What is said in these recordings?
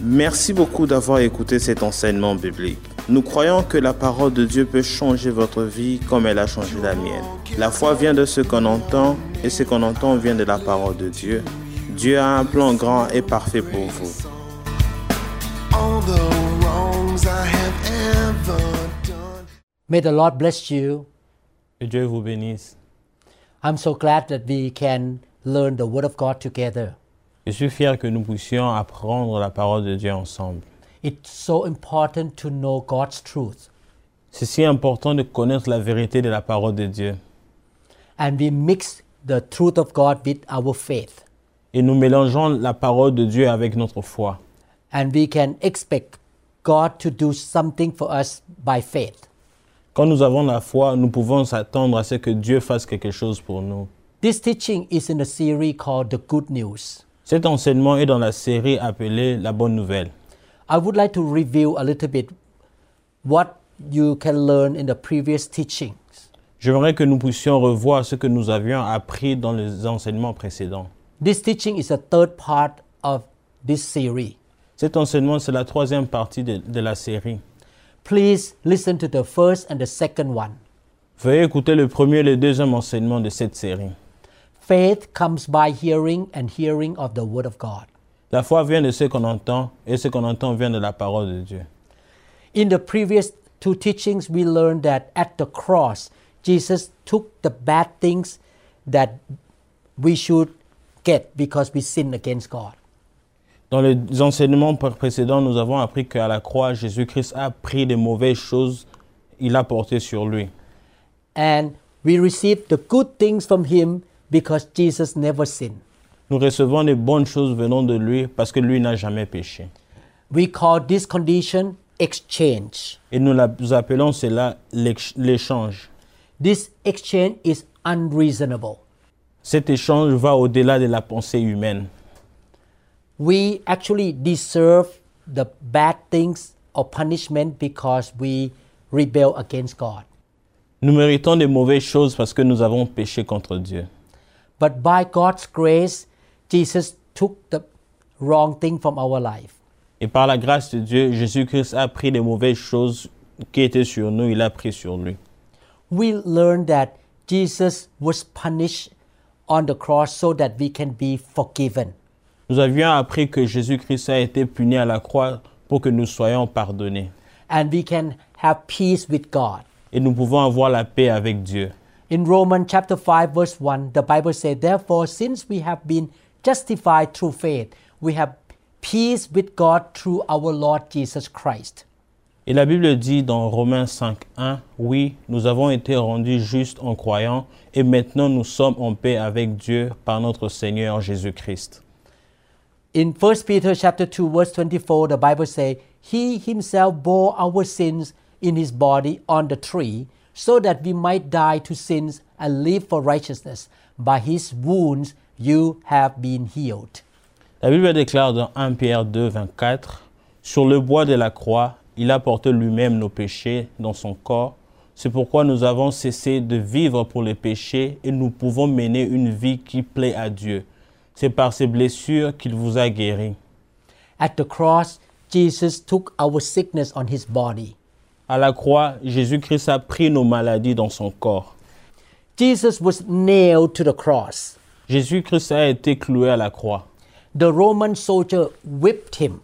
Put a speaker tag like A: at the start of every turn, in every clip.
A: Merci beaucoup d'avoir écouté cet enseignement biblique. Nous croyons que la parole de Dieu peut changer votre vie comme elle a changé la mienne. La foi vient de ce qu'on entend et ce qu'on entend vient de la parole de Dieu. Dieu a un plan grand et parfait pour vous.
B: all the wrongs I have ever done.
C: May the Lord bless you.
D: Que Dieu vous bénisse.
C: I'm so glad that we can learn the Word of God together.
D: Je suis fier que nous puissions apprendre la parole de Dieu ensemble.
C: It's so important to know God's truth,
D: C'est si important de connaître la vérité de la parole de Dieu.
C: and we mix the truth of God with our faith,
D: Et nous mélangeons la parole de Dieu avec notre foi.
C: and we can expect God to do something for us by faith.
D: Quand nous avons la foi, nous pouvons s'attendre à ce que Dieu fasse quelque chose pour nous.
C: This teaching is in a series called The Good News.
D: Cet enseignement est dans la série appelée La Bonne Nouvelle.
C: I would like to review a little bit what you can learn in the previous teachings.
D: J'aimerais que nous puissions revoir ce que nous avions appris dans les enseignements précédents.
C: This teaching is the third part of this series.
D: Cet enseignement, c'est la troisième partie de, de la série.
C: Please listen to the first and the second one.
D: Veuillez écouter le premier et le deuxième enseignement de cette série.
C: Faith comes by hearing, and hearing of the Word of God.
D: La foi vient de ce qu'on entend et ce qu'on entend vient de la parole de Dieu.
C: In the previous two teachings, we learned that at the cross, Jesus took the bad things that we should get because we sinned against God.
D: Dans les enseignements pr- précédents, nous avons appris qu'à la croix, Jésus-Christ a pris des mauvaises choses, il a porté sur lui.
C: And we received the good things from Him because Jesus never sinned.
D: Nous recevons des bonnes choses venant de lui parce que lui n'a jamais péché.
C: We call this condition exchange.
D: Et nous, la- nous appelons cela l'ex- l'échange.
C: This exchange is unreasonable.
D: Cet échange va au-delà de la pensée humaine.
C: we actually deserve the bad things or punishment because we rebel against God.
D: Nous méritons des mauvaises choses parce que nous avons péché contre Dieu.
C: But by God's grace, Jesus took the wrong thing from our life.
D: Et par la grâce de Dieu, Jésus-Christ a pris des mauvaises choses qui étaient sur nous, il a pris sur lui.
C: We learn that Jesus was punished on the cross so that we can be forgiven.
D: Nous avions appris que Jésus-Christ a été puni à la croix pour que nous soyons pardonnés.
C: And we can have peace with God.
D: Et nous pouvons avoir la paix avec Dieu.
C: In Romans chapter 5 verse 1, the Bible says, Therefore, since we have been justified through faith, we have peace with God through our Lord Jesus Christ.
D: Et la Bible dit dans Romains 5.1, oui, nous avons été rendus justes en croyant et maintenant nous sommes en paix avec Dieu par notre Seigneur Jésus-Christ.
C: In 1 Peter chapter 2 verse 24, the Bible says, He himself bore our sins in his body on the tree, so that we might die to sins and live for righteousness. By his wounds you have been healed.
D: La Bible déclare dans 1 Pierre 2, 24, Sur le bois de la croix, il a porté lui-même nos péchés dans son corps. C'est pourquoi nous avons cessé de vivre pour les péchés et nous pouvons mener une vie qui plaît à Dieu. C'est par ses blessures qu'il vous a guéri.
C: At the cross, Jesus took our sickness on his body.
D: À la croix, Jésus-Christ a pris nos maladies dans son corps.
C: Jesus was nailed to the cross.
D: Jésus-Christ a été cloué à la croix.
C: The Roman soldier whipped him.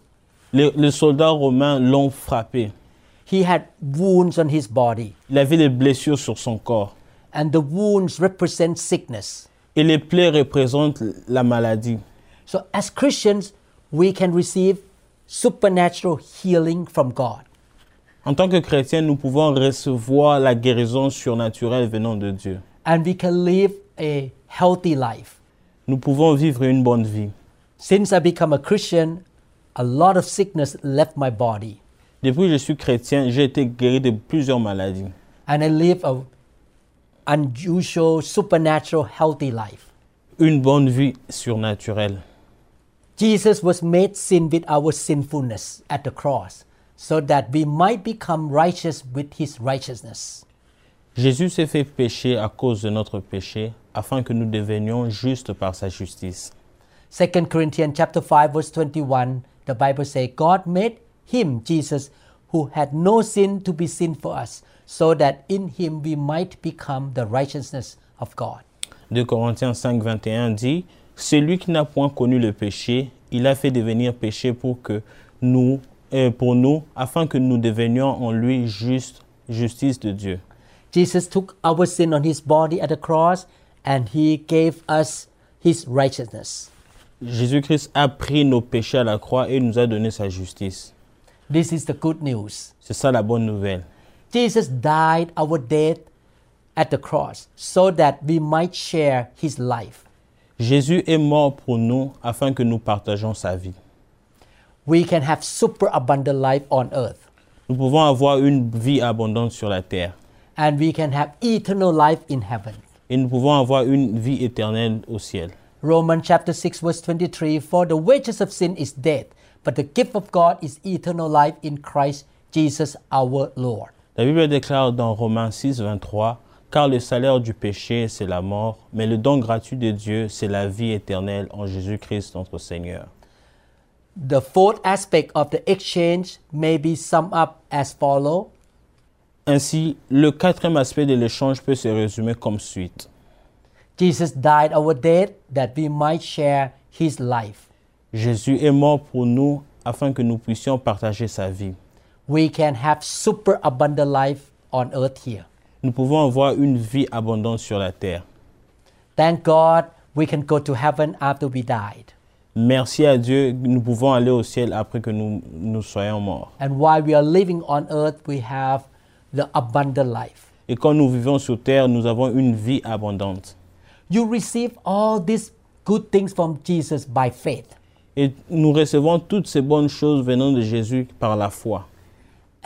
D: Les, les soldats romains l'ont frappé.
C: He had wounds on his body,
D: Il avait des blessures sur son corps.
C: and the wounds represent sickness.
D: Et les plaies représentent la maladie.
C: So, as Christians, we can receive supernatural healing from God.
D: En tant que chrétien, nous pouvons recevoir la guérison surnaturelle venant de Dieu.
C: And we can live a healthy life.
D: Nous pouvons vivre une bonne vie.
C: Since I become a Christian, a lot of sickness left my body,
D: Depuis que je suis chrétien, j'ai été guéri de plusieurs maladies.
C: and I live a unusual, supernatural, healthy life.
D: Une bonne vie surnaturelle.
C: Jesus was made sin with our sinfulness at the cross, so that we might become righteous with his righteousness.
D: Jésus s'est fait pécher à cause de notre péché, afin que nous devenions justes par sa justice.
C: 2 Corinthians chapter 5 verse 21 The Bible says, God made him, Jesus, who had no sin to be sin for us, so that in him we might become the righteousness of God.
D: 2 Corinthiens 5, 21 dit, Celui qui n'a point connu le péché, il a fait devenir péché pour, que nous, euh, pour nous, afin que nous devenions en lui juste, justice de Dieu.
C: Jesus took our sin on his body at the cross and he gave us his righteousness.
D: Jésus-Christ a pris nos péchés à la croix et nous a donné sa justice.
C: This is the good news.
D: C'est ça la bonne nouvelle.
C: Jesus died our death at the cross so that we might share his life.
D: Jésus est mort pour nous afin que nous partageons sa vie.
C: We can have super abundant life on earth
D: Nous pouvons avoir une vie abondante sur la terre
C: and we can have eternal life in heaven.
D: et nous pouvons avoir une vie éternelle au ciel.
C: Romans chapter 6 verse 23 for the wages of sin is death but the gift of God is eternal life in Christ Jesus our Lord.
D: La Bible déclare dans Romains 6, 23, Car le salaire du péché, c'est la mort, mais le don gratuit de Dieu, c'est la vie éternelle en Jésus-Christ notre Seigneur.
C: The fourth aspect of the exchange may be summed up as follow
D: Ainsi, le quatrième aspect de l'échange peut se résumer comme suite.
C: Jesus died our death that we might share his life.
D: Jésus est mort pour nous afin que nous puissions partager sa vie.
C: We can have super abundant life on earth here.
D: Nous pouvons avoir une vie abondante sur la terre.
C: Thank God we can go to heaven after we died.
D: Merci à Dieu, nous pouvons aller au ciel après que nous, nous soyons morts.
C: And while we are living on earth, we have the abundant life.
D: Et quand nous vivons sur terre, nous avons une vie abondante.
C: You receive all these good things from Jesus by faith.
D: Et nous recevons toutes ces bonnes choses venant de Jésus par la foi.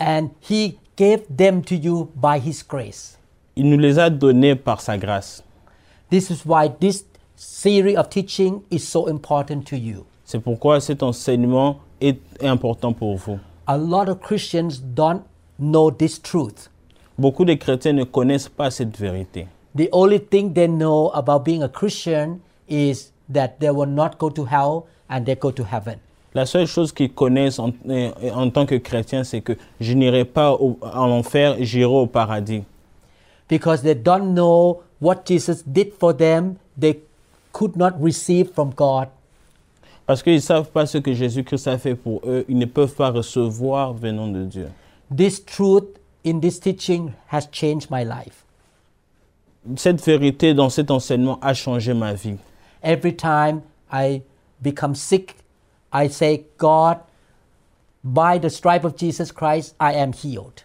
C: And he gave them to you by his grace.
D: Il nous les a données par sa grâce.
C: This is why this series of teaching is so important to you.
D: C'est pourquoi cet enseignement est important pour vous.
C: A lot of Christians don't know this truth.
D: Beaucoup de chrétiens ne connaissent pas cette vérité.
C: The only thing they know about being a Christian is that they will not go to hell and they go to heaven.
D: La seule chose qu'ils connaissent en, euh, en tant que chrétiens, c'est que je n'irai pas au- en enfer, j'irai au paradis.
C: Because they don't know what Jesus did for them, they could not receive from God.
D: Parce qu'ils ne savent pas ce que Jésus-Christ a fait pour eux, ils ne peuvent pas recevoir venant de Dieu.
C: This truth in this teaching has changed my life.
D: Cette vérité dans cet enseignement a changé ma vie.
C: Every time I become sick, I say, God, by the stripe of Jesus Christ, I am healed.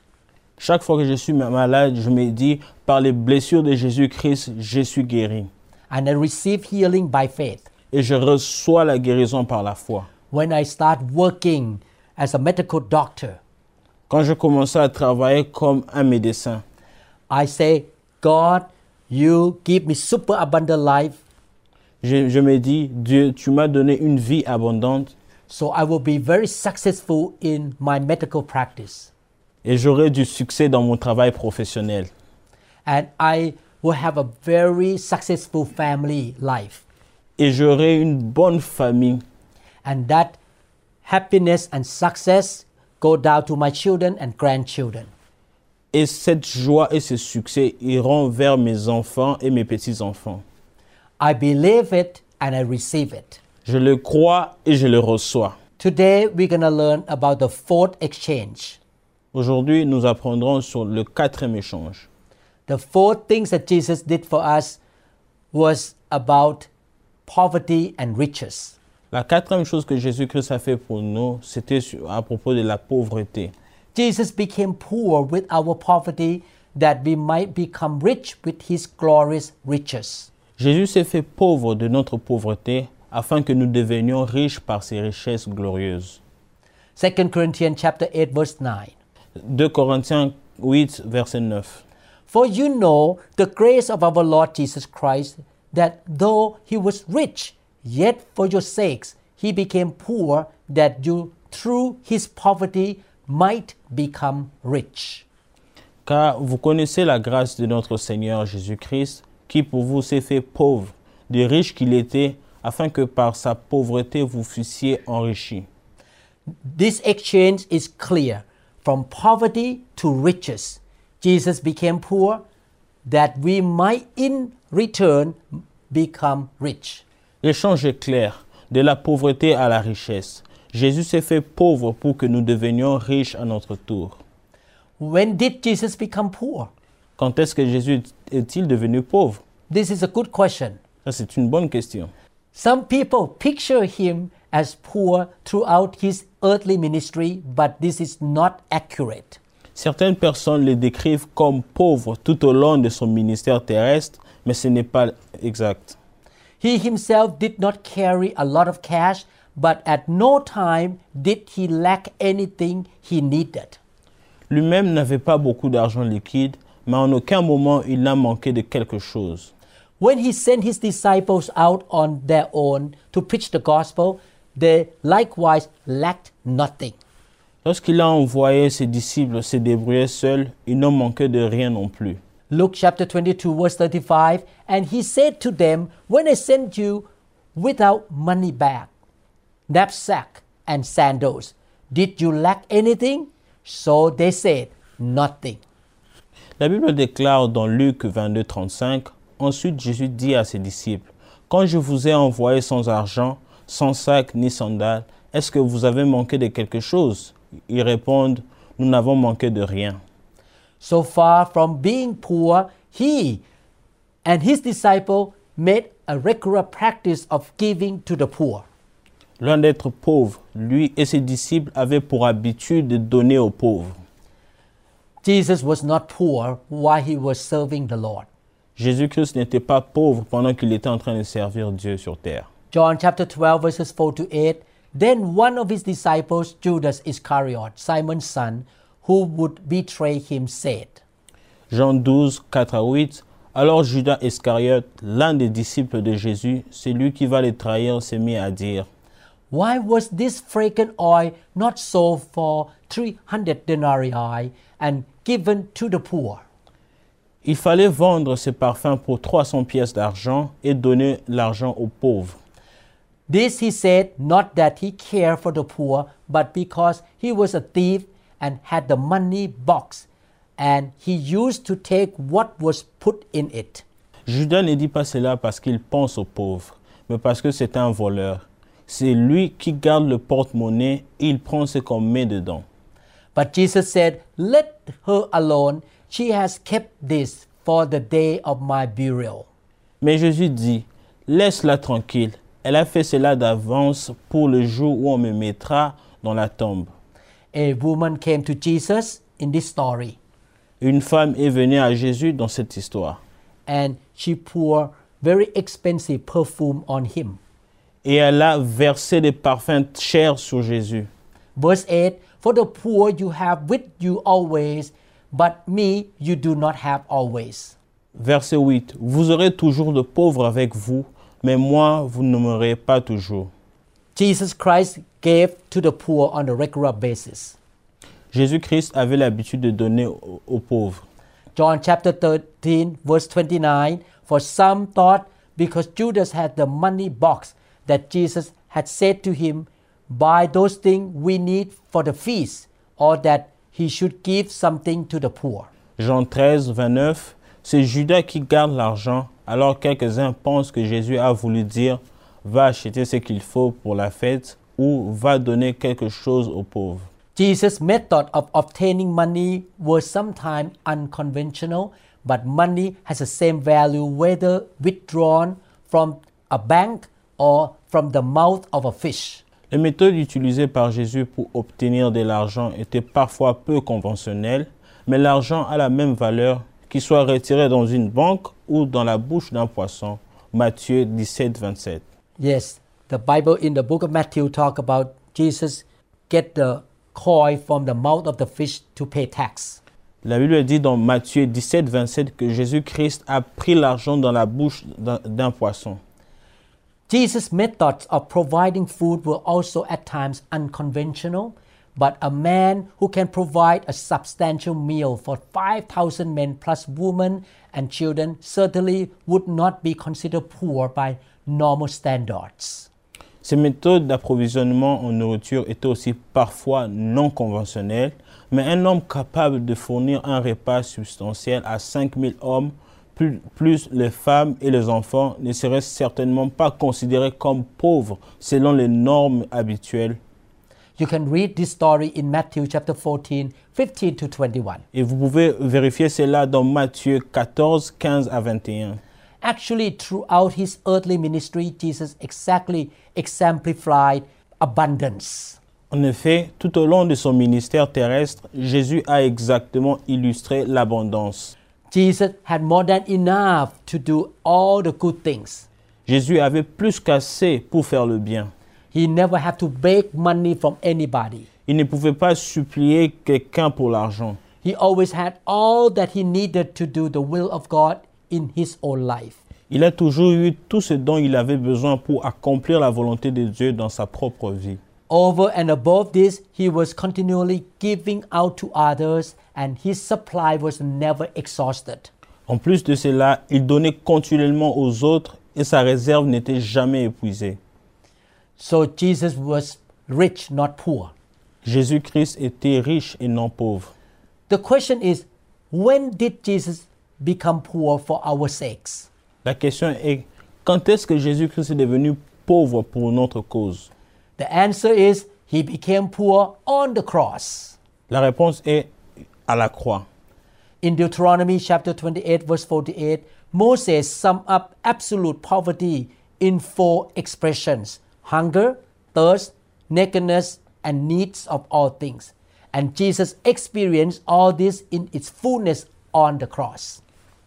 D: Chaque fois que je suis malade, je me dis, par les blessures de Jésus-Christ, je suis guéri.
C: And I receive healing by faith.
D: Et je reçois la guérison par la foi.
C: When I start working as a medical doctor,
D: Quand je commençais à travailler comme un médecin,
C: I say, God, you give me super abundant life,
D: je, je me dis, Dieu, tu m'as donné une vie abondante
C: so I will be very successful in my medical practice.
D: et j'aurai du succès dans mon travail professionnel.
C: And I will have a very successful family life.
D: Et j'aurai une bonne famille.
C: And that happiness and success go down to my children and grandchildren.
D: Et cette joie et ce succès iront vers mes enfants et mes petits-enfants.
C: I believe it and I receive it.
D: Je le crois et je le reçois.
C: Today, we're going to learn about the fourth exchange.
D: Aujourd'hui, nous apprendrons sur le quatrième échange.
C: The four things that Jesus did for us was about poverty and riches.
D: La quatrième chose que Jésus-Christ a fait pour nous, c'était sur- à propos de la pauvreté.
C: Jesus became poor with our poverty that we might become rich with his glorious riches.
D: Jésus s'est fait pauvre de notre pauvreté afin que nous devenions riches par ses richesses glorieuses.
C: 2 Corinthians chapter 8 verse 9.
D: 2 Corinthiens 8, verset 9.
C: For you know the grace of our Lord Jesus Christ, that though he was rich, yet for your sakes he became poor, that you through his poverty might become rich.
D: Car vous connaissez la grâce de notre Seigneur Jésus-Christ, qui pour vous s'est fait pauvre, de riche qu'il était, afin que par sa pauvreté vous fussiez enrichis.
C: This exchange is clear from poverty to riches. Jesus became poor that we might in return become rich.
D: L'échange est clair, de la pauvreté à la richesse. Jésus s'est fait pauvre pour que nous devenions riches à notre tour.
C: When did Jesus become poor?
D: Quand est-ce que Jésus est-il devenu pauvre
C: This is a good question.
D: Ça, c'est une bonne question.
C: Some people picture him as poor throughout his earthly ministry, but this is not accurate.
D: Certaines personnes le décrivent comme pauvre tout au long de son ministère terrestre, mais ce n'est pas exact.
C: He himself did not carry a lot of cash, but at no time did he lack anything he needed.
D: Lui-même n'avait pas beaucoup d'argent liquide, mais en aucun moment il n'a manqué de quelque chose.
C: When he sent his disciples out on their own to preach the gospel, they likewise lacked nothing.
D: Lorsqu'il a envoyé ses disciples se débrouiller seuls, ils n'ont manqué de rien non plus.
C: Luke chapter 22, verse 35 And he said to them, When I sent you without money bag, knapsack, and sandals, did you lack anything? So they said, Nothing.
D: La Bible déclare dans Luc 22, 35, Ensuite Jésus dit à ses disciples, Quand je vous ai envoyé sans argent, sans sac ni sandales, est-ce que vous avez manqué de quelque chose Ils répondent, Nous n'avons manqué de rien.
C: So far from being poor, he and his disciple made a regular practice of giving to the poor.
D: Loin d'être pauvre, lui et ses disciples avaient pour habitude de donner aux pauvres.
C: Jesus was not poor while he was serving the Lord.
D: Jésus-Christ n'était pas pauvre pendant qu'il était en train de servir Dieu sur terre.
C: John chapter 12, verses 4 to 8. Then one of his disciples, Judas Iscariot, Simon's son, who would betray him, said,
D: Jean 12, 4 à 8. Alors Judas Iscariote, l'un des disciples de Jésus, celui qui va les trahir, s'est mis à dire
C: Why was this fragrant oil not sold for 300 denarii and given to the poor?
D: Il fallait vendre ce parfum pour 300 pièces d'argent et donner l'argent aux pauvres.
C: This he said, not that he cared for the poor, but because he was a thief and had the money box, and he used to take what was put in it.
D: Judas ne dit pas cela parce qu'il pense aux pauvres, mais parce que c'est un voleur. C'est lui qui garde le porte-monnaie et il prend ce qu'on met dedans.
C: But Jesus said, Let her alone. She has kept this for the day of my burial.
D: Mais Jésus dit, laisse-la tranquille, elle a fait cela d'avance pour le jour où on me mettra dans la tombe.
C: A woman came to Jesus in this story,
D: Une femme est venue à Jésus dans cette histoire,
C: and she poured very expensive perfume on him.
D: et elle a versé des parfums chers sur Jésus.
C: Verse 8 For the poor you have with you always, but me you do not have always.
D: Verset 8, Vous aurez toujours de pauvres avec vous, mais moi, vous ne m'aurez pas toujours.
C: Jesus Christ gave to the poor on a regular basis.
D: Jésus-Christ avait l'habitude de donner aux aux pauvres.
C: John chapter 13, verse 29 For some thought because Judas had the money box that Jesus had said to him, Buy those things we need for the feast, or that he should give something to the poor.
D: Jean 13, 29, c'est Judas qui garde l'argent, alors quelques-uns pensent que Jésus a voulu dire va acheter ce qu'il faut pour la fête ou va donner quelque chose aux pauvres.
C: Jesus' method of obtaining money was sometimes unconventional, but money has the same value whether withdrawn from a bank or from the mouth of a fish.
D: Les méthodes utilisées par Jésus pour obtenir de l'argent étaient parfois peu conventionnelles, mais l'argent a la même valeur qu'il soit retiré dans une banque ou dans la bouche d'un poisson. Matthieu 17, 27.
C: Yes, the Bible in the book of Matthew talk about Jesus get the coin from the mouth of the fish to pay tax.
D: La Bible dit dans Matthieu 17, 27 que Jésus-Christ a pris l'argent dans la bouche d'un- d'un poisson.
C: Jesus' methods of providing food were also at times unconventional, but a man who can provide a substantial meal for 5,000 men plus women and children certainly would not be considered poor by normal standards.
D: Ces méthodes d'approvisionnement en nourriture étaient aussi parfois non conventionnelles, mais un homme capable de fournir un repas substantiel à 5000 hommes, plus, plus les femmes et les enfants, ne serait certainement pas considéré comme pauvre selon les normes habituelles.
C: You can read this story in Matthew chapter 14, 15 to 21.
D: Et vous pouvez vérifier cela dans Matthieu 14, 15 à 21.
C: Actually, throughout his earthly ministry, Jesus exactly exemplified abundance.
D: En effet, tout au long de son ministère terrestre, Jésus a exactement illustré l'abondance.
C: Jesus had more than enough to do all the good things.
D: Jésus avait plus qu'assez pour faire le bien.
C: He never had to beg money from anybody.
D: Il ne pouvait pas supplier quelqu'un pour l'argent.
C: He always had all that he needed to do the will of God in his own life.
D: Il a toujours eu tout ce dont il avait besoin pour accomplir la volonté de Dieu dans sa propre vie.
C: Over and above this, he was continually giving out to others, and his supply was never exhausted.
D: En plus de cela, il donnait continuellement aux autres et sa réserve n'était jamais épuisée.
C: So Jesus was rich, not poor.
D: Jésus-Christ était riche et non pauvre.
C: The question is when did Jesus become poor for our sakes?
D: La question est, quand est-ce que Jésus-Christ est devenu pauvre pour notre cause
C: The answer is he became poor on the cross.
D: La réponse est à la croix.
C: In Deuteronomy chapter 28, verse 48, Moses summed up absolute poverty in four expressions hunger, thirst, nakedness, and needs of all things. And Jesus experienced all this in its fullness on the cross.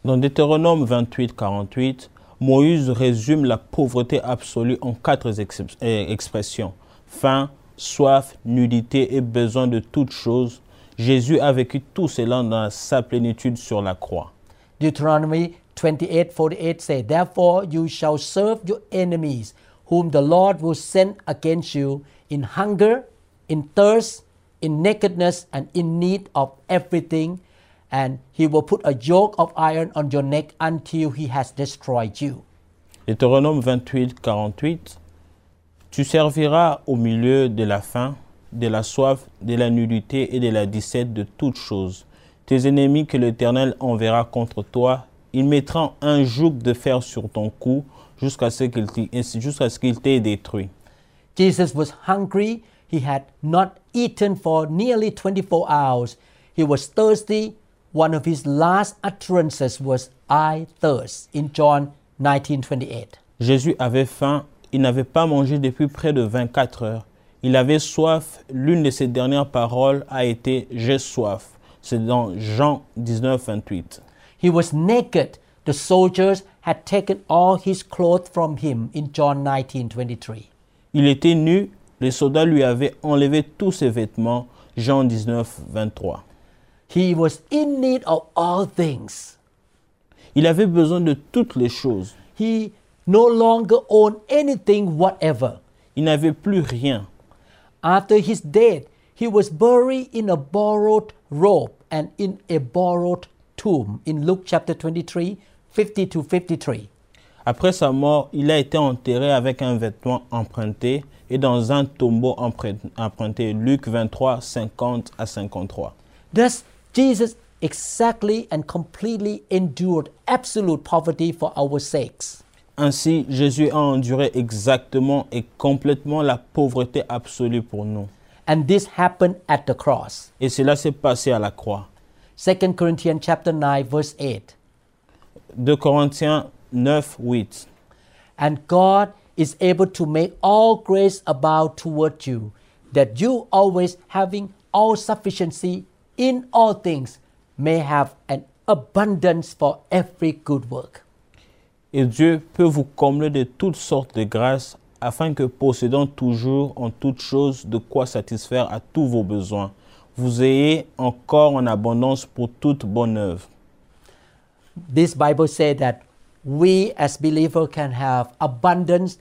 D: Dans Deutéronome 28, 48, Moïse résume la pauvreté absolue en quatre ex- euh, expressions. Faim, soif, nudité et besoin de toutes choses. Jésus a vécu tout cela dans sa plénitude sur la croix.
C: Deuteronomy 28 48 say, Therefore you shall serve your enemies, whom the Lord will send against you in hunger, in thirst, in nakedness, and in need of everything. And he will put a yoke of iron on your neck until he has destroyed you.
D: Deutéronome 28, 48. Tu serviras au milieu de la faim, de la soif, de la nudité et de la dissette de toutes choses. Tes ennemis que l'Éternel enverra contre toi, il mettra un joug de fer sur ton cou jusqu'à ce qu'il t'y- jusqu'à ce qu'il t'ait détruit.
C: Jesus was hungry. He had not eaten for nearly 24 hours. He was thirsty. One of his last utterances was, I thirst, in John 19:28.
D: Jésus avait faim, il n'avait pas mangé depuis près de 24 heures. Il avait soif, l'une de ses dernières paroles a été J'ai soif. C'est dans Jean 19, 28.
C: He was naked. The soldiers had taken all his clothes from him in John 19:23.
D: Il était nu, les soldats lui avaient enlevé tous ses vêtements. Jean 19, 23.
C: He was in need of all things.
D: Il avait besoin de toutes les choses.
C: He no longer owned anything whatever.
D: Il n'avait plus rien.
C: After his death, he was buried in a borrowed robe and in a borrowed tomb in Luke chapter 23, 50 to 53.
D: Après sa mort, il a été enterré avec un vêtement emprunté et dans un tombeau emprunt- emprunté. Luc 23, 50 à 53.
C: Thus, Jesus exactly and completely endured absolute poverty for our sakes.
D: Ainsi, Jésus a enduré exactement et complètement la pauvreté absolue pour nous.
C: And this happened at the cross.
D: Et cela s'est passé à la croix.
C: 2 Corinthians chapter 9 verse 8.
D: 2 Corinthiens 9, 8.
C: And God is able to make all grace abound toward you, that you always having all sufficiency in all things may have an abundance for every good work.
D: Et Dieu peut vous combler de toutes sortes de grâces afin que possédant toujours en toutes choses de quoi satisfaire à tous vos besoins, vous ayez encore en abondance pour toute bonne œuvre.
C: This Bible says that we as believers can have abundance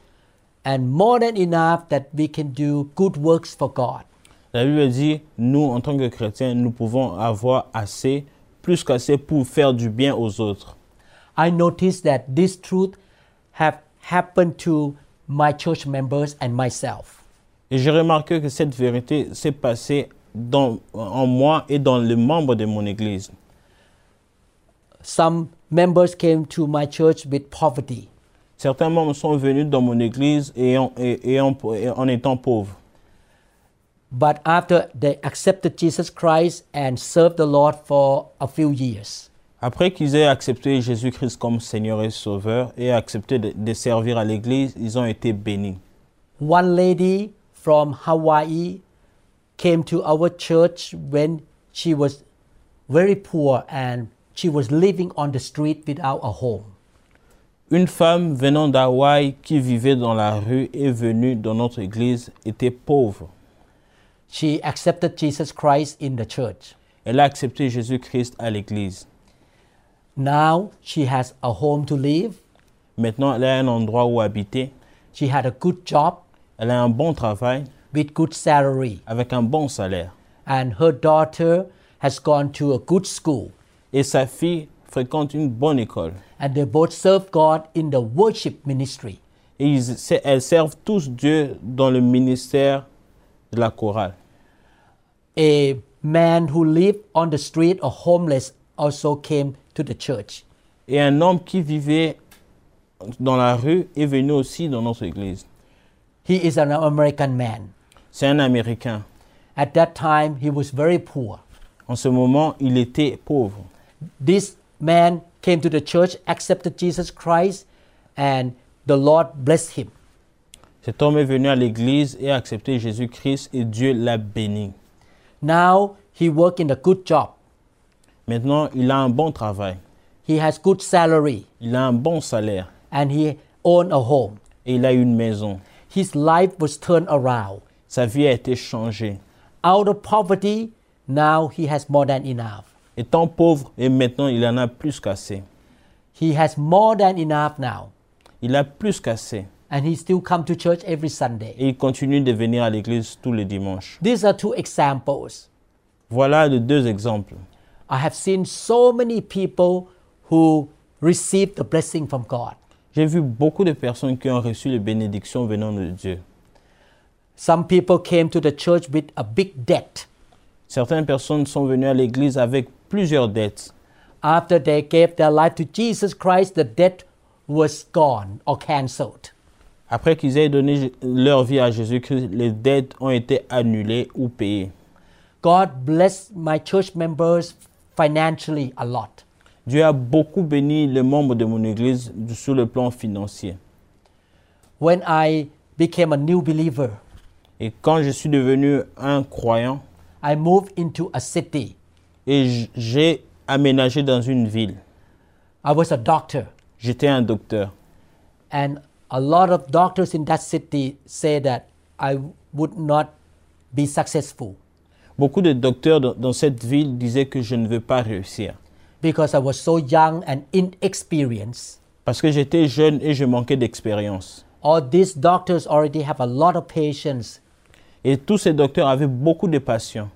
C: and more than enough that we can do good works for God.
D: La Bible dit, nous en tant que chrétiens, nous pouvons avoir assez, plus qu'assez pour faire du bien aux autres.
C: I noticed that this truth have happened to my church members, and myself.
D: Et j'ai remarqué que cette vérité s'est passée dans, en moi et dans les membres de mon église.
C: Some members came to my church with poverty.
D: Certains membres sont venus dans mon église et en, et- et en- et en étant pauvres.
C: But after they accepted Jesus Christ and served the Lord for a few years,
D: Après qu'ils aient accepté Jésus-Christ comme Seigneur et Sauveur et accepté de, de servir à l'église, ils ont été bénis.
C: one lady from Hawaii came to our church when she was very poor and she was living on the street without a home.
D: Une femme venant d'Hawaï qui vivait dans la rue et venue dans notre église était pauvre.
C: She accepted Jesus Christ in the church.
D: Elle a accepté Jésus-Christ à l'église.
C: Now she has a home to live.
D: Maintenant, elle a un endroit où habiter.
C: She had a good job
D: Elle a un bon travail
C: with good salary.
D: avec un bon salaire.
C: And her daughter has gone to a good school.
D: Et sa fille fréquente une bonne école.
C: And they both serve God in the worship ministry.
D: Et ils- c'est- elles servent tous Dieu dans le ministère de la chorale.
C: A man who lived on the street or homeless also came to the church.
D: Et un homme qui vivait dans la rue est venu aussi dans notre église.
C: He is an American man.
D: C'est un Américain.
C: At that time, he was very poor.
D: En ce moment, il était pauvre.
C: This man came to the church, accepted Jesus Christ, and the Lord blessed him.
D: Cet homme est venu à l'église et a accepté Jésus-Christ et Dieu l'a béni.
C: Now he works in a good job.
D: Maintenant, il a un bon travail.
C: He has good salary
D: Il a un bon salaire
C: and he own a home.
D: et il a une maison.
C: His life was turned around.
D: Sa vie a été changée.
C: Out of poverty, now he has more than enough.
D: Étant pauvre et maintenant il en a plus qu'assez.
C: He has more than enough now.
D: Il a plus qu'assez
C: And he still come to church every Sunday.
D: et il continue de venir à l'église tous les dimanches.
C: These are two examples.
D: Voilà les deux exemples.
C: I have seen so many people who received the blessing from God.
D: J'ai vu beaucoup de personnes qui ont reçu les bénédictions venant de Dieu.
C: Some people came to the church with a big debt.
D: Certaines personnes sont venues à l'église avec plusieurs dettes.
C: After they gave their life to Jesus Christ, the debt was gone or cancelled.
D: Après qu'ils aient donné Jé- leur vie à Jésus-Christ, les dettes ont été annulées ou payées.
C: God blessed my church members financially a lot.
D: Dieu a beaucoup béni les membres de mon église sur le plan financier.
C: When I became a new believer,
D: Et quand je suis devenu un croyant
C: I moved into a city.
D: et j- j'ai aménagé dans une ville,
C: I was a doctor,
D: j'étais un docteur.
C: and a lot of doctors in that city say that I would not be successful
D: Beaucoup de docteurs dans- dans cette ville disaient que je ne veux pas réussir
C: because I was so young and inexperienced.
D: parce que j'étais jeune et je manquais d'expérience.
C: All these doctors already have a lot of patients,
D: Et tous ces docteurs avaient beaucoup de patients.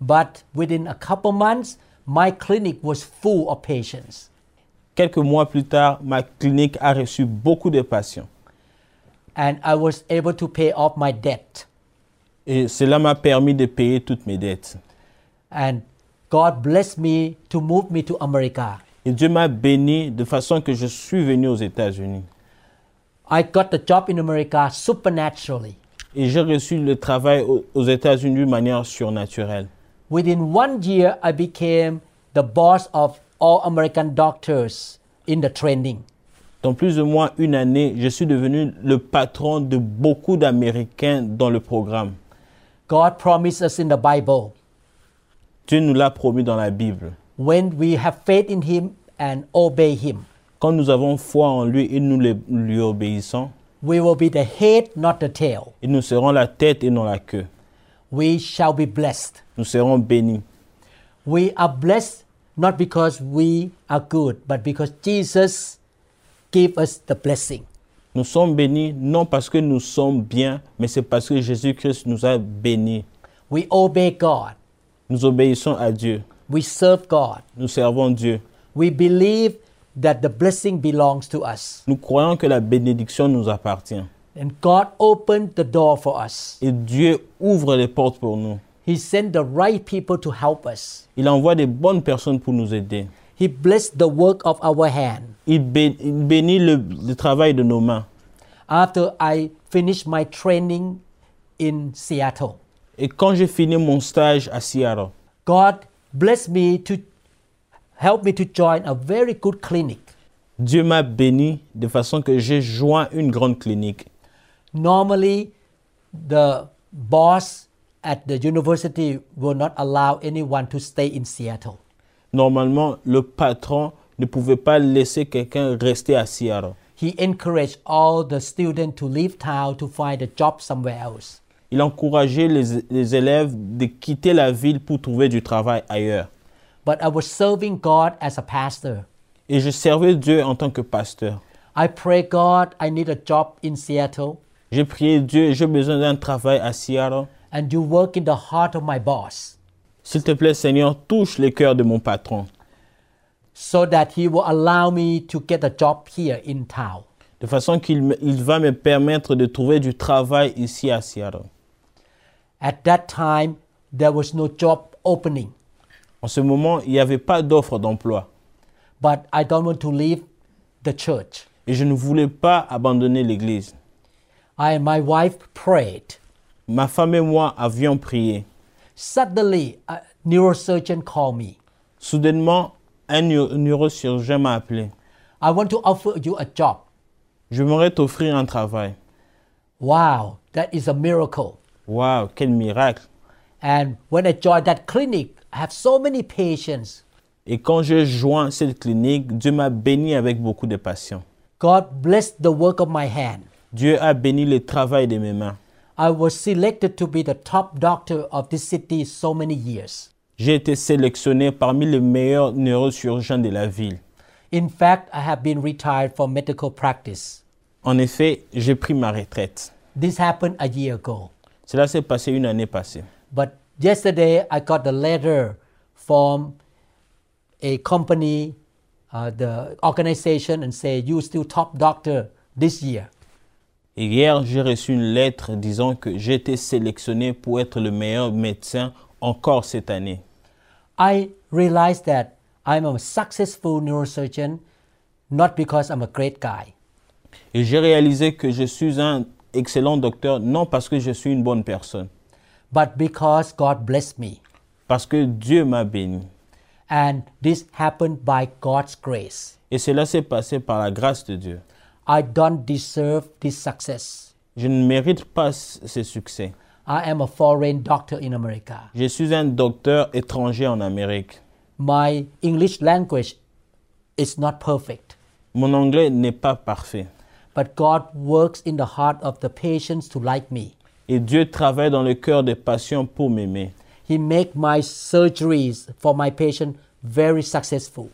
C: but within a couple months, my clinic was full of patients.
D: Quelques mois plus tard, ma clinique a reçu beaucoup de patients.
C: and I was able to pay off my debt.
D: Et cela m'a permis de payer toutes mes dettes.
C: And God blessed me to move me to America.
D: Et Dieu m'a béni de façon que je suis venu aux États-Unis.
C: I got the job in America supernaturally.
D: Et j'ai reçu le travail au- aux États-Unis d'une manière surnaturelle.
C: Within one year, I became the boss of all American doctors in the training.
D: Dans plus de moins une année, je suis devenu le patron de beaucoup d'Américains dans le programme.
C: God promised us in the Bible
D: Dieu nous l'a promis dans la Bible.
C: when we have faith in Him and obey Him,
D: Quand nous avons foi en lui et nous le- lui obéissons,
C: we will be the head, not the tail.
D: et nous serons la tête et non la queue.
C: We shall be blessed.
D: Nous serons bénis.
C: We are blessed not because we are good, but because Jesus gave us the blessing.
D: Nous sommes bénis non parce que nous sommes bien, mais c'est parce que Jésus-Christ nous a bénis.
C: We obey God.
D: Nous obéissons à Dieu.
C: We serve God.
D: Nous servons Dieu.
C: We believe that the blessing belongs to us.
D: Nous croyons que la bénédiction nous appartient.
C: And God opened the door for us.
D: Et Dieu ouvre les portes pour nous.
C: He sent the right people to help us.
D: Il envoie des bonnes personnes pour nous aider.
C: He blessed the work of our hand.
D: Il, bé- il bénit le, le travail de nos mains.
C: After I finished my training in Seattle,
D: Et quand j'ai fini mon stage à Seattle,
C: God blessed me to help me to join a very good clinic.
D: Dieu m'a béni de façon que j'ai joint une grande clinique.
C: Normally, the boss at the university will not allow anyone to stay in Seattle.
D: Normalement, le patron ne pouvait pas laisser quelqu'un rester à Seattle.
C: He encouraged all the students to leave town to find a job somewhere else.
D: Il encourageait les, les élèves de quitter la ville pour trouver du travail ailleurs.
C: But I was serving God as a pastor.
D: Et je servais Dieu en tant que pasteur.
C: I pray, God, I need a job in Seattle,
D: J'ai prié Dieu, j'ai besoin d'un travail à Seattle.
C: and you work in the heart of my boss
D: S'il te plaît, Seigneur, touche les cœurs de mon patron,
C: so that he will allow me to get a job here in town.
D: de façon qu'il me- il va me permettre de trouver du travail ici à Seattle.
C: At that time, there was no job opening,
D: En ce moment, il n'y avait pas d'offre d'emploi
C: but I don't want to leave the church.
D: et je ne voulais pas abandonner l'église.
C: I and my wife prayed.
D: Ma femme et moi avions prié.
C: Suddenly, a neurosurgeon called me.
D: Soudainement, un neu- neurochirurgien m'a appelé.
C: I want to offer you a job.
D: J'aimerais t'offrir un travail.
C: Wow, that is a miracle.
D: Waouh, quel miracle!
C: And when I joined that clinic, I have so many patients.
D: Et quand j'ai joint cette clinique, Dieu m'a béni avec beaucoup de patience.
C: God blessed the work of my hand.
D: Dieu a béni le travail de mes mains.
C: I was selected to be the top doctor of this city so many years.
D: J'ai été sélectionné parmi les meilleurs neurochirurgiens de la ville.
C: In fact, I have been retired from medical practice.
D: En effet, j'ai pris ma retraite.
C: This happened a year ago.
D: Cela s'est passé une année passée.
C: But yesterday, I got a letter from a company, uh, the organization, and say you still top doctor this year.
D: Et hier, j'ai reçu une lettre disant que j'ai été sélectionné pour être le meilleur médecin encore cette année.
C: I realized that I'm a successful neurosurgeon, not because I'm a great guy.
D: Et j'ai réalisé que je suis un excellent docteur, non parce que je suis une bonne personne,
C: but because God blessed me.
D: parce que Dieu m'a béni.
C: And this happened by God's grace.
D: Et cela s'est passé par la grâce de Dieu.
C: I don't deserve this success.
D: Je ne mérite pas c- ce succès.
C: I am a foreign doctor in America.
D: Je suis un docteur étranger en Amérique.
C: My English language is not perfect,
D: Mon anglais n'est pas parfait.
C: but God works in the heart of the patients to like me.
D: Et Dieu travaille dans le cœur des patients pour m'aimer.
C: He make my surgeries for my patient very successful.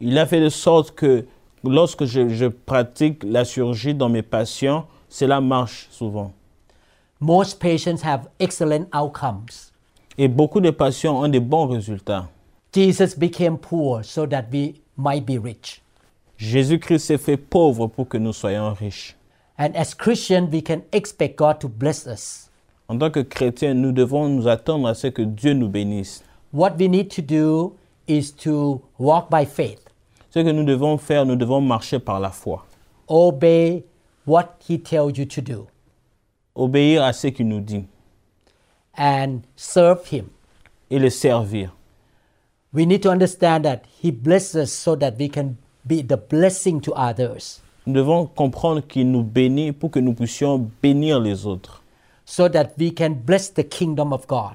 D: Il a fait de sorte que lorsque je, je pratique la chirurgie dans mes patients, cela marche souvent.
C: Most patients have excellent outcomes.
D: Et beaucoup de patients ont des bons résultats.
C: Jesus became poor so that we might be rich.
D: Jésus-Christ s'est fait pauvre pour que nous soyons riches.
C: And as Christians, we can expect God to bless us.
D: En tant que chrétiens, nous devons nous attendre à ce que Dieu nous bénisse.
C: What we need to do is to walk by faith,
D: Ce que nous devons faire, nous devons marcher par la foi.
C: obey what He tells you to do,
D: Obéir à ce qu'il nous dit
C: and serve Him.
D: et le servir.
C: We need to understand that He blesses us so that we can be the blessing to others,
D: Nous devons comprendre qu'il nous bénit pour que nous puissions bénir les autres.
C: so that we can bless the kingdom of God.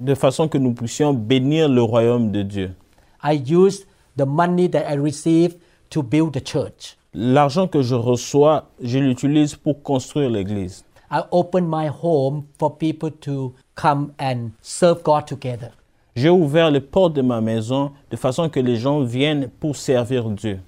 D: De façon que nous puissions bénir le royaume de Dieu.
C: I used the money that I received to build the church.
D: L'argent que je reçois, je l'utilise pour construire l'église.
C: I opened my home for people to come and serve God together.
D: J'ai ouvert les portes de ma maison de façon que les gens viennent pour servir Dieu.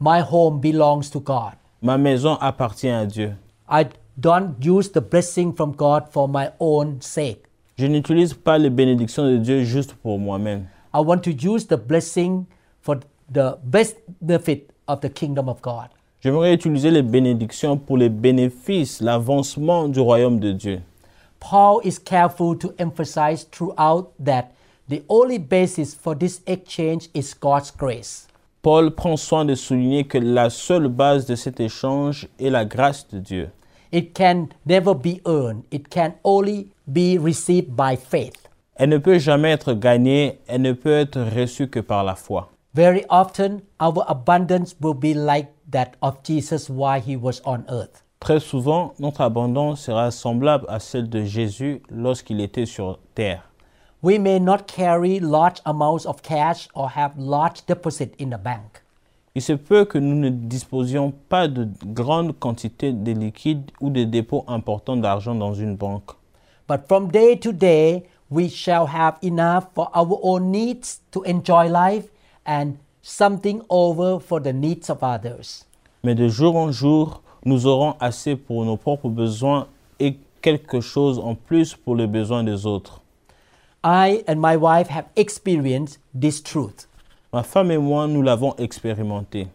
C: My home belongs to God.
D: Ma maison appartient à Dieu.
C: I don't use the blessing from God for my own sake.
D: Je n'utilise pas les bénédictions de Dieu juste pour moi-même.
C: I want to use the blessing for the best benefit of the kingdom of God.
D: J'aimerais utiliser les bénédictions pour les bénéfices, l'avancement du royaume de Dieu.
C: Paul is careful to emphasize throughout that the only basis for this exchange is God's grace.
D: Paul prend soin de souligner que la seule base de cet échange est la grâce de Dieu.
C: It can never be earned, it can only be received by faith.
D: Elle ne peut jamais être gagnée, elle ne peut être reçue que par la foi.
C: Very often, our abundance will be like that of Jesus while he was on earth.
D: Très souvent, notre abandon sera semblable à celle de Jésus lorsqu'il était sur terre.
C: We may not carry large amounts of cash or have large deposit in the bank.
D: Il se peut que nous ne disposions pas de grandes quantités de liquides ou de dépôts importants d'argent dans une banque.
C: But from day to day, we shall have enough for our own needs to enjoy life and something over for the needs of others.
D: Mais de jour en jour, nous aurons assez pour nos propres besoins et quelque chose en plus pour les besoins des autres.
C: I and my wife have experienced this truth.
D: Ma femme et moi, nous l'avons expérimenté.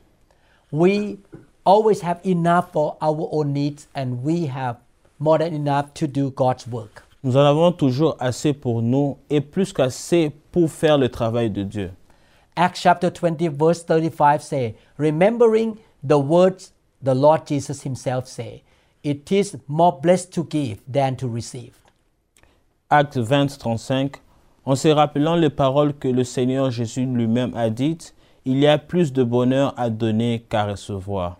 C: We always have enough for our own needs and we have more than enough to do God's work.
D: Nous en avons toujours assez pour nous et plus qu'assez pour faire le travail de Dieu.
C: Acts chapter 20 verse 35 say, remembering the words the Lord Jesus himself say, it is more blessed to give than to receive.
D: Acte 20, 35, en se rappelant les paroles que le Seigneur Jésus lui-même a dites, il y a plus de bonheur à donner qu'à recevoir.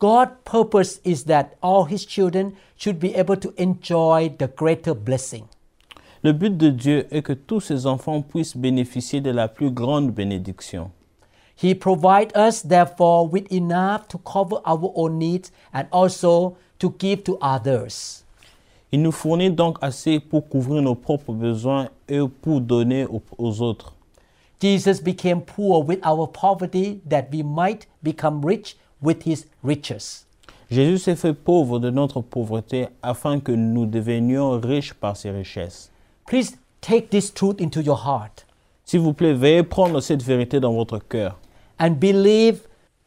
C: God's purpose is that all his children should be able to enjoy the greater blessing.
D: Le but de Dieu est que tous ses enfants puissent bénéficier de la plus grande bénédiction.
C: He provides us therefore with enough to cover our own needs and also to give to others.
D: Il nous fournit donc assez pour couvrir nos propres besoins et pour donner aux, aux autres.
C: Jesus became poor with our poverty that we might become rich with his riches.
D: Jésus s'est fait pauvre de notre pauvreté afin que nous devenions riches par ses richesses.
C: Please take this truth into your heart
D: S'il vous plaît, veuillez prendre cette vérité dans votre cœur
C: and believe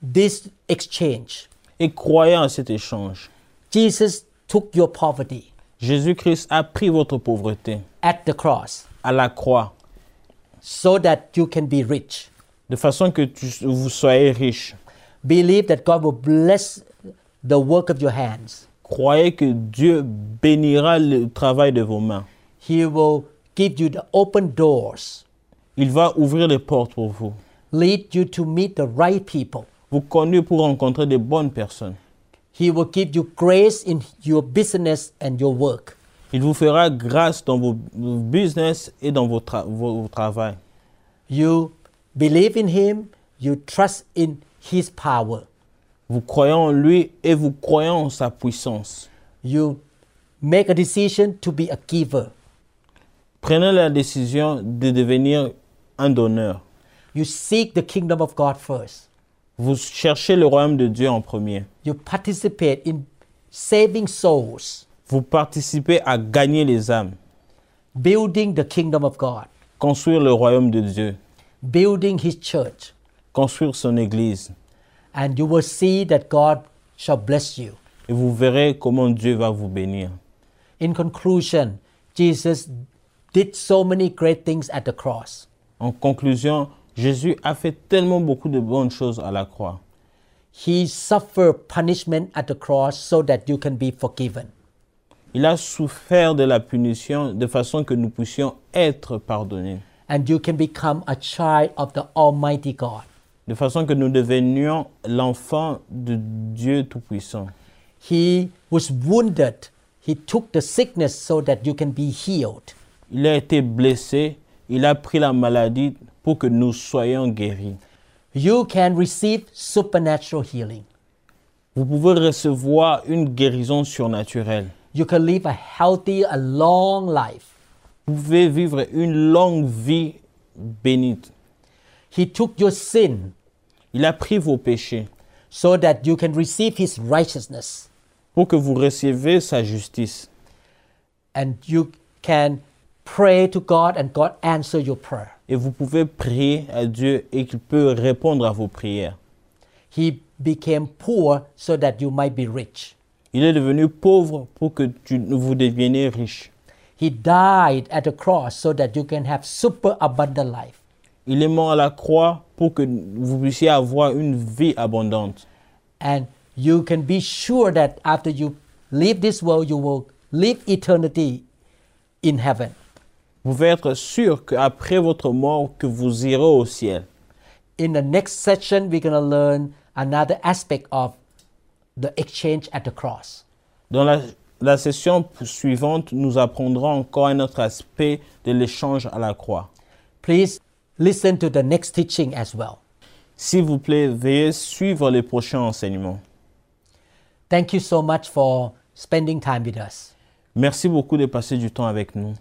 C: this exchange.
D: et croyez en cet échange.
C: Jesus took your poverty
D: Jésus-Christ a pris votre pauvreté
C: at the cross
D: à la croix
C: so that you can be rich.
D: de façon que tu- vous soyez riches.
C: Believe that God will bless the work of your hands.
D: Croyez que Dieu bénira le travail de vos mains.
C: He will give you the open doors,
D: Il va ouvrir les portes pour vous,
C: lead you to meet the right people.
D: vous conduire pour rencontrer de bonnes personnes.
C: He will give you grace in your business and your work.
D: Il vous fera grâce dans vos vos business et dans vos, tra- vos- vos travail.
C: You believe in Him, you trust in His power,
D: Vous croyez en lui et vous croyez en sa puissance.
C: you make a decision to be a giver.
D: Prenez la décision de devenir un donneur.
C: You seek the kingdom of God first.
D: Vous cherchez le royaume de Dieu en premier.
C: You participate in saving souls,
D: Vous participez à gagner les âmes,
C: building the kingdom of God,
D: construire le royaume de Dieu,
C: building His church,
D: construire son église.
C: and you will see that God shall bless you.
D: Et vous verrez comment Dieu va vous bénir.
C: In conclusion, Jesus did so many great things at the cross.
D: En conclusion, Jésus a fait tellement beaucoup de bonnes choses à la croix.
C: He suffered punishment at the cross so that you can be forgiven.
D: Il a souffert de la punition de façon que nous puissions être pardonnés,
C: and you can become a child of the Almighty God.
D: de façon que nous devenions l'enfant de Dieu Tout-Puissant.
C: He was wounded, he took the sickness so that you can be healed.
D: Il a été blessé, il a pris la maladie pour que nous soyons guéris.
C: You can receive supernatural healing.
D: Vous pouvez recevoir une guérison surnaturelle.
C: You can live a healthy, a long life.
D: Vous pouvez vivre une longue vie bénite.
C: He took your sin
D: Il a pris vos péchés
C: so that you can receive his righteousness
D: pour que vous receviez sa justice.
C: and you can pray to God and God answer your prayer.
D: Et vous pouvez prier à Dieu et qu'il peut répondre à vos prières.
C: He became poor so that you might be rich.
D: Il est devenu pauvre pour que tu, vous deveniez riche.
C: He died at the cross so that you can have super abundant life.
D: Il est mort à la croix pour que vous puissiez avoir une vie abondante.
C: And you can be sure that after you leave this world, you will live eternity in heaven.
D: Vous pouvez être sûr qu'après votre mort, que vous irez au ciel.
C: In the next section, we're going to learn another aspect of the exchange at the cross.
D: Dans la, la session suivante, nous apprendrons encore un autre aspect de l'échange à la croix.
C: Please listen to the next teaching as well.
D: S'il vous plaît, veuillez suivre les prochains enseignements.
C: Thank you so much for spending time with us.
D: Merci beaucoup de passer du temps avec nous.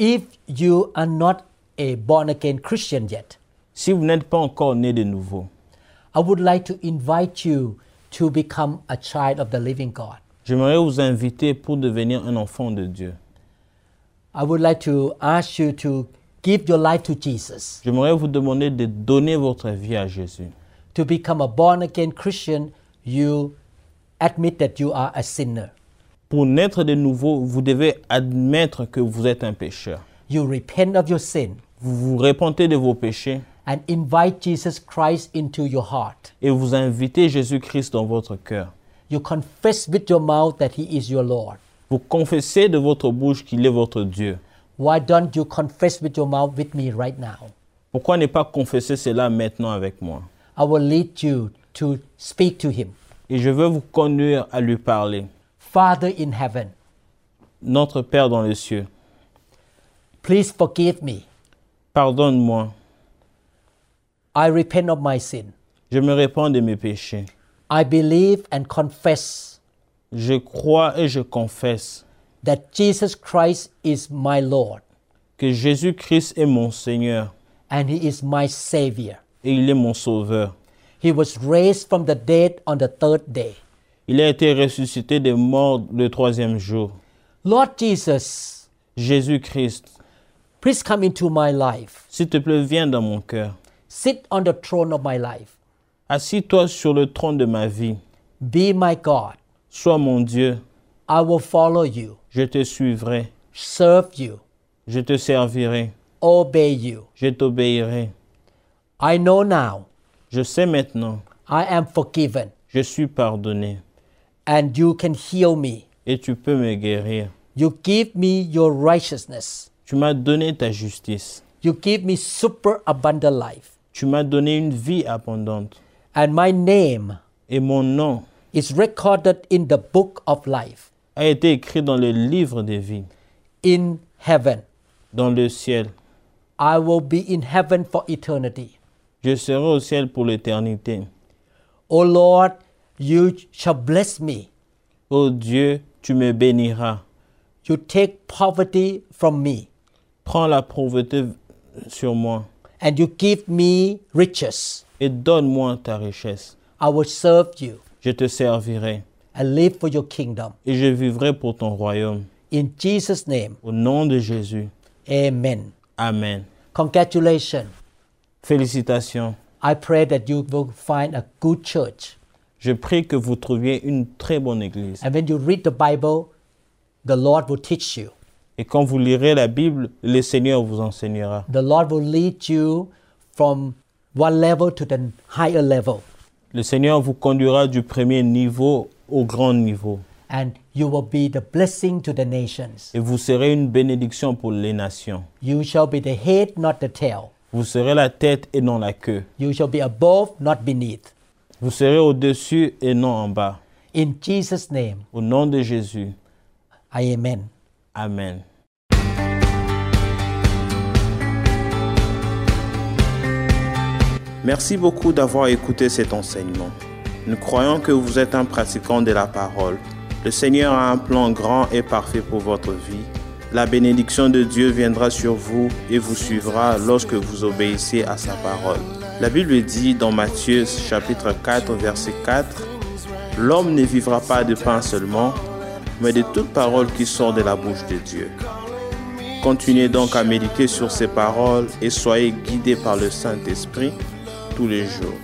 C: If you are not a born again Christian yet,
D: Si vous n'êtes pas encore né de nouveau,
C: I would like to invite you to become a child of the living God.
D: j'aimerais vous inviter pour devenir un enfant de Dieu.
C: I would like to ask you to give your life to Jesus,
D: J'aimerais vous demander de donner votre vie à Jésus.
C: to become a born again Christian. You admit that you are a sinner.
D: Pour naître de nouveau, vous devez admettre que vous êtes un pécheur.
C: You repent of your sin
D: Vous vous repentez de vos péchés
C: and invite Jesus Christ into your heart.
D: et vous invitez Jésus-Christ dans votre cœur.
C: You confess with your mouth that He is your Lord.
D: Vous confessez de votre bouche qu'il est votre Dieu.
C: Why don't you confess with your mouth with me right now?
D: Pourquoi ne pas confesser cela maintenant avec moi
C: I will lead you to speak to Him.
D: Et je veux vous conduire à lui parler.
C: Father in heaven,
D: Notre Père dans les cieux,
C: please forgive me.
D: pardonne-moi.
C: I repent of my sin.
D: Je me répands de mes péchés.
C: I believe and confess
D: Je crois et je confesse
C: that Jesus Christ is my Lord
D: que Jésus-Christ est mon Seigneur
C: and He is my Savior.
D: et il est mon Sauveur.
C: He was raised from the dead on the third day.
D: Il a été ressuscité des morts le troisième jour.
C: Lord Jesus,
D: Jésus-Christ,
C: please come into my life.
D: s'il te plaît, viens dans mon cœur.
C: Sit on the throne of my life.
D: Assis-toi sur le trône de ma vie.
C: Be my God.
D: Sois mon Dieu.
C: I will follow you,
D: Je te suivrai.
C: serve you,
D: Je te servirai.
C: obey you.
D: Je t'obéirai.
C: I know now
D: Je sais maintenant.
C: I am forgiven
D: Je suis pardonné.
C: and you can heal me.
D: Et tu peux me guérir.
C: You give me your righteousness.
D: Tu m'as donné ta justice.
C: You give me super abundant life.
D: Tu m'as donné une vie abondante.
C: And my name
D: Et mon nom
C: is recorded in the book of life
D: a été écrit dans le livre des vies,
C: in heaven.
D: dans le ciel.
C: I will be in heaven for eternity.
D: Je serai au ciel pour l'éternité.
C: O Lord, you shall bless me.
D: Ô Oh Dieu, tu me béniras.
C: You take poverty from me
D: Prends la pauvreté sur moi
C: and you give me riches.
D: et donne-moi ta richesse.
C: I will serve you
D: Je te servirai
C: and live for your kingdom.
D: et je vivrai pour ton royaume.
C: In Jesus' name,
D: Au nom de Jésus.
C: amen.
D: Amen.
C: Congratulations.
D: Félicitations.
C: I pray that you will find a good church.
D: Je prie que vous trouviez une très bonne église.
C: And when you read the Bible, the Lord will teach you.
D: Et quand vous lirez la Bible, le Seigneur vous enseignera.
C: The Lord will lead you from one level to the higher level,
D: Le Seigneur vous conduira du premier niveau au grand niveau.
C: and you will be the blessing to the nations.
D: Et vous serez une bénédiction pour les nations.
C: You shall be the head, not the tail.
D: Vous serez la tête et non la queue.
C: You shall be above, not beneath.
D: Vous serez au-dessus et non en bas.
C: In Jesus' name,
D: Au nom de Jésus.
C: amen.
D: Amen.
A: Merci beaucoup d'avoir écouté cet enseignement. Nous croyons que vous êtes un pratiquant de la parole. Le Seigneur a un plan grand et parfait pour votre vie. La bénédiction de Dieu viendra sur vous et vous suivra lorsque vous obéissez à sa parole. La Bible dit dans Matthieu chapitre 4 verset 4, L'homme ne vivra pas de pain seulement, mais de toute parole qui sort de la bouche de Dieu. Continuez donc à méditer sur ces paroles et soyez guidés par le Saint-Esprit tous les jours.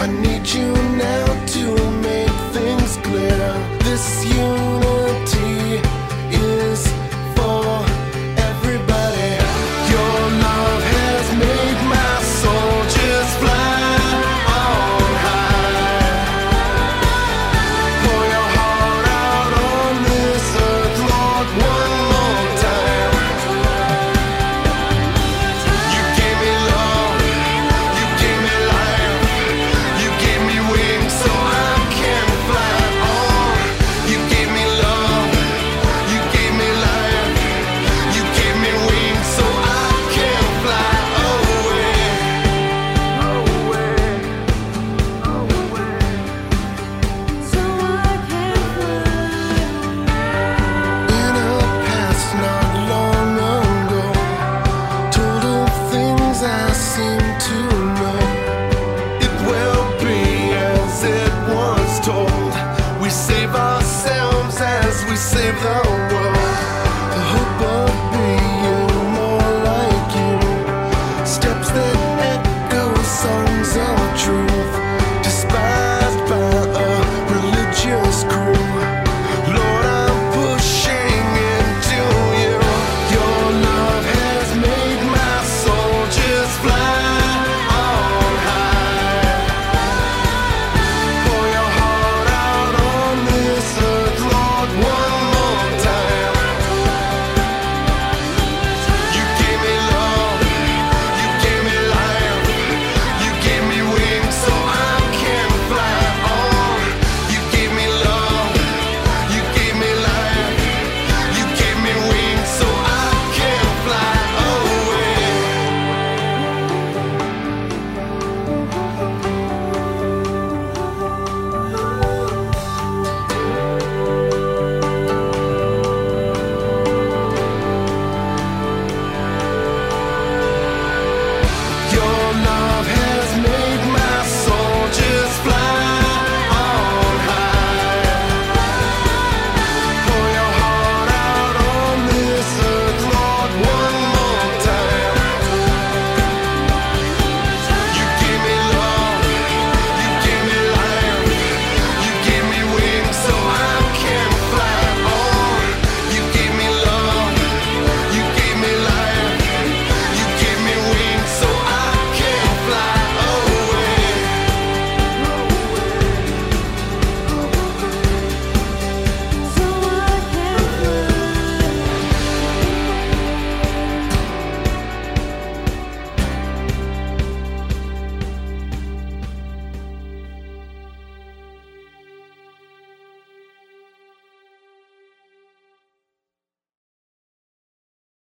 B: I need you now to make things clear. This universe.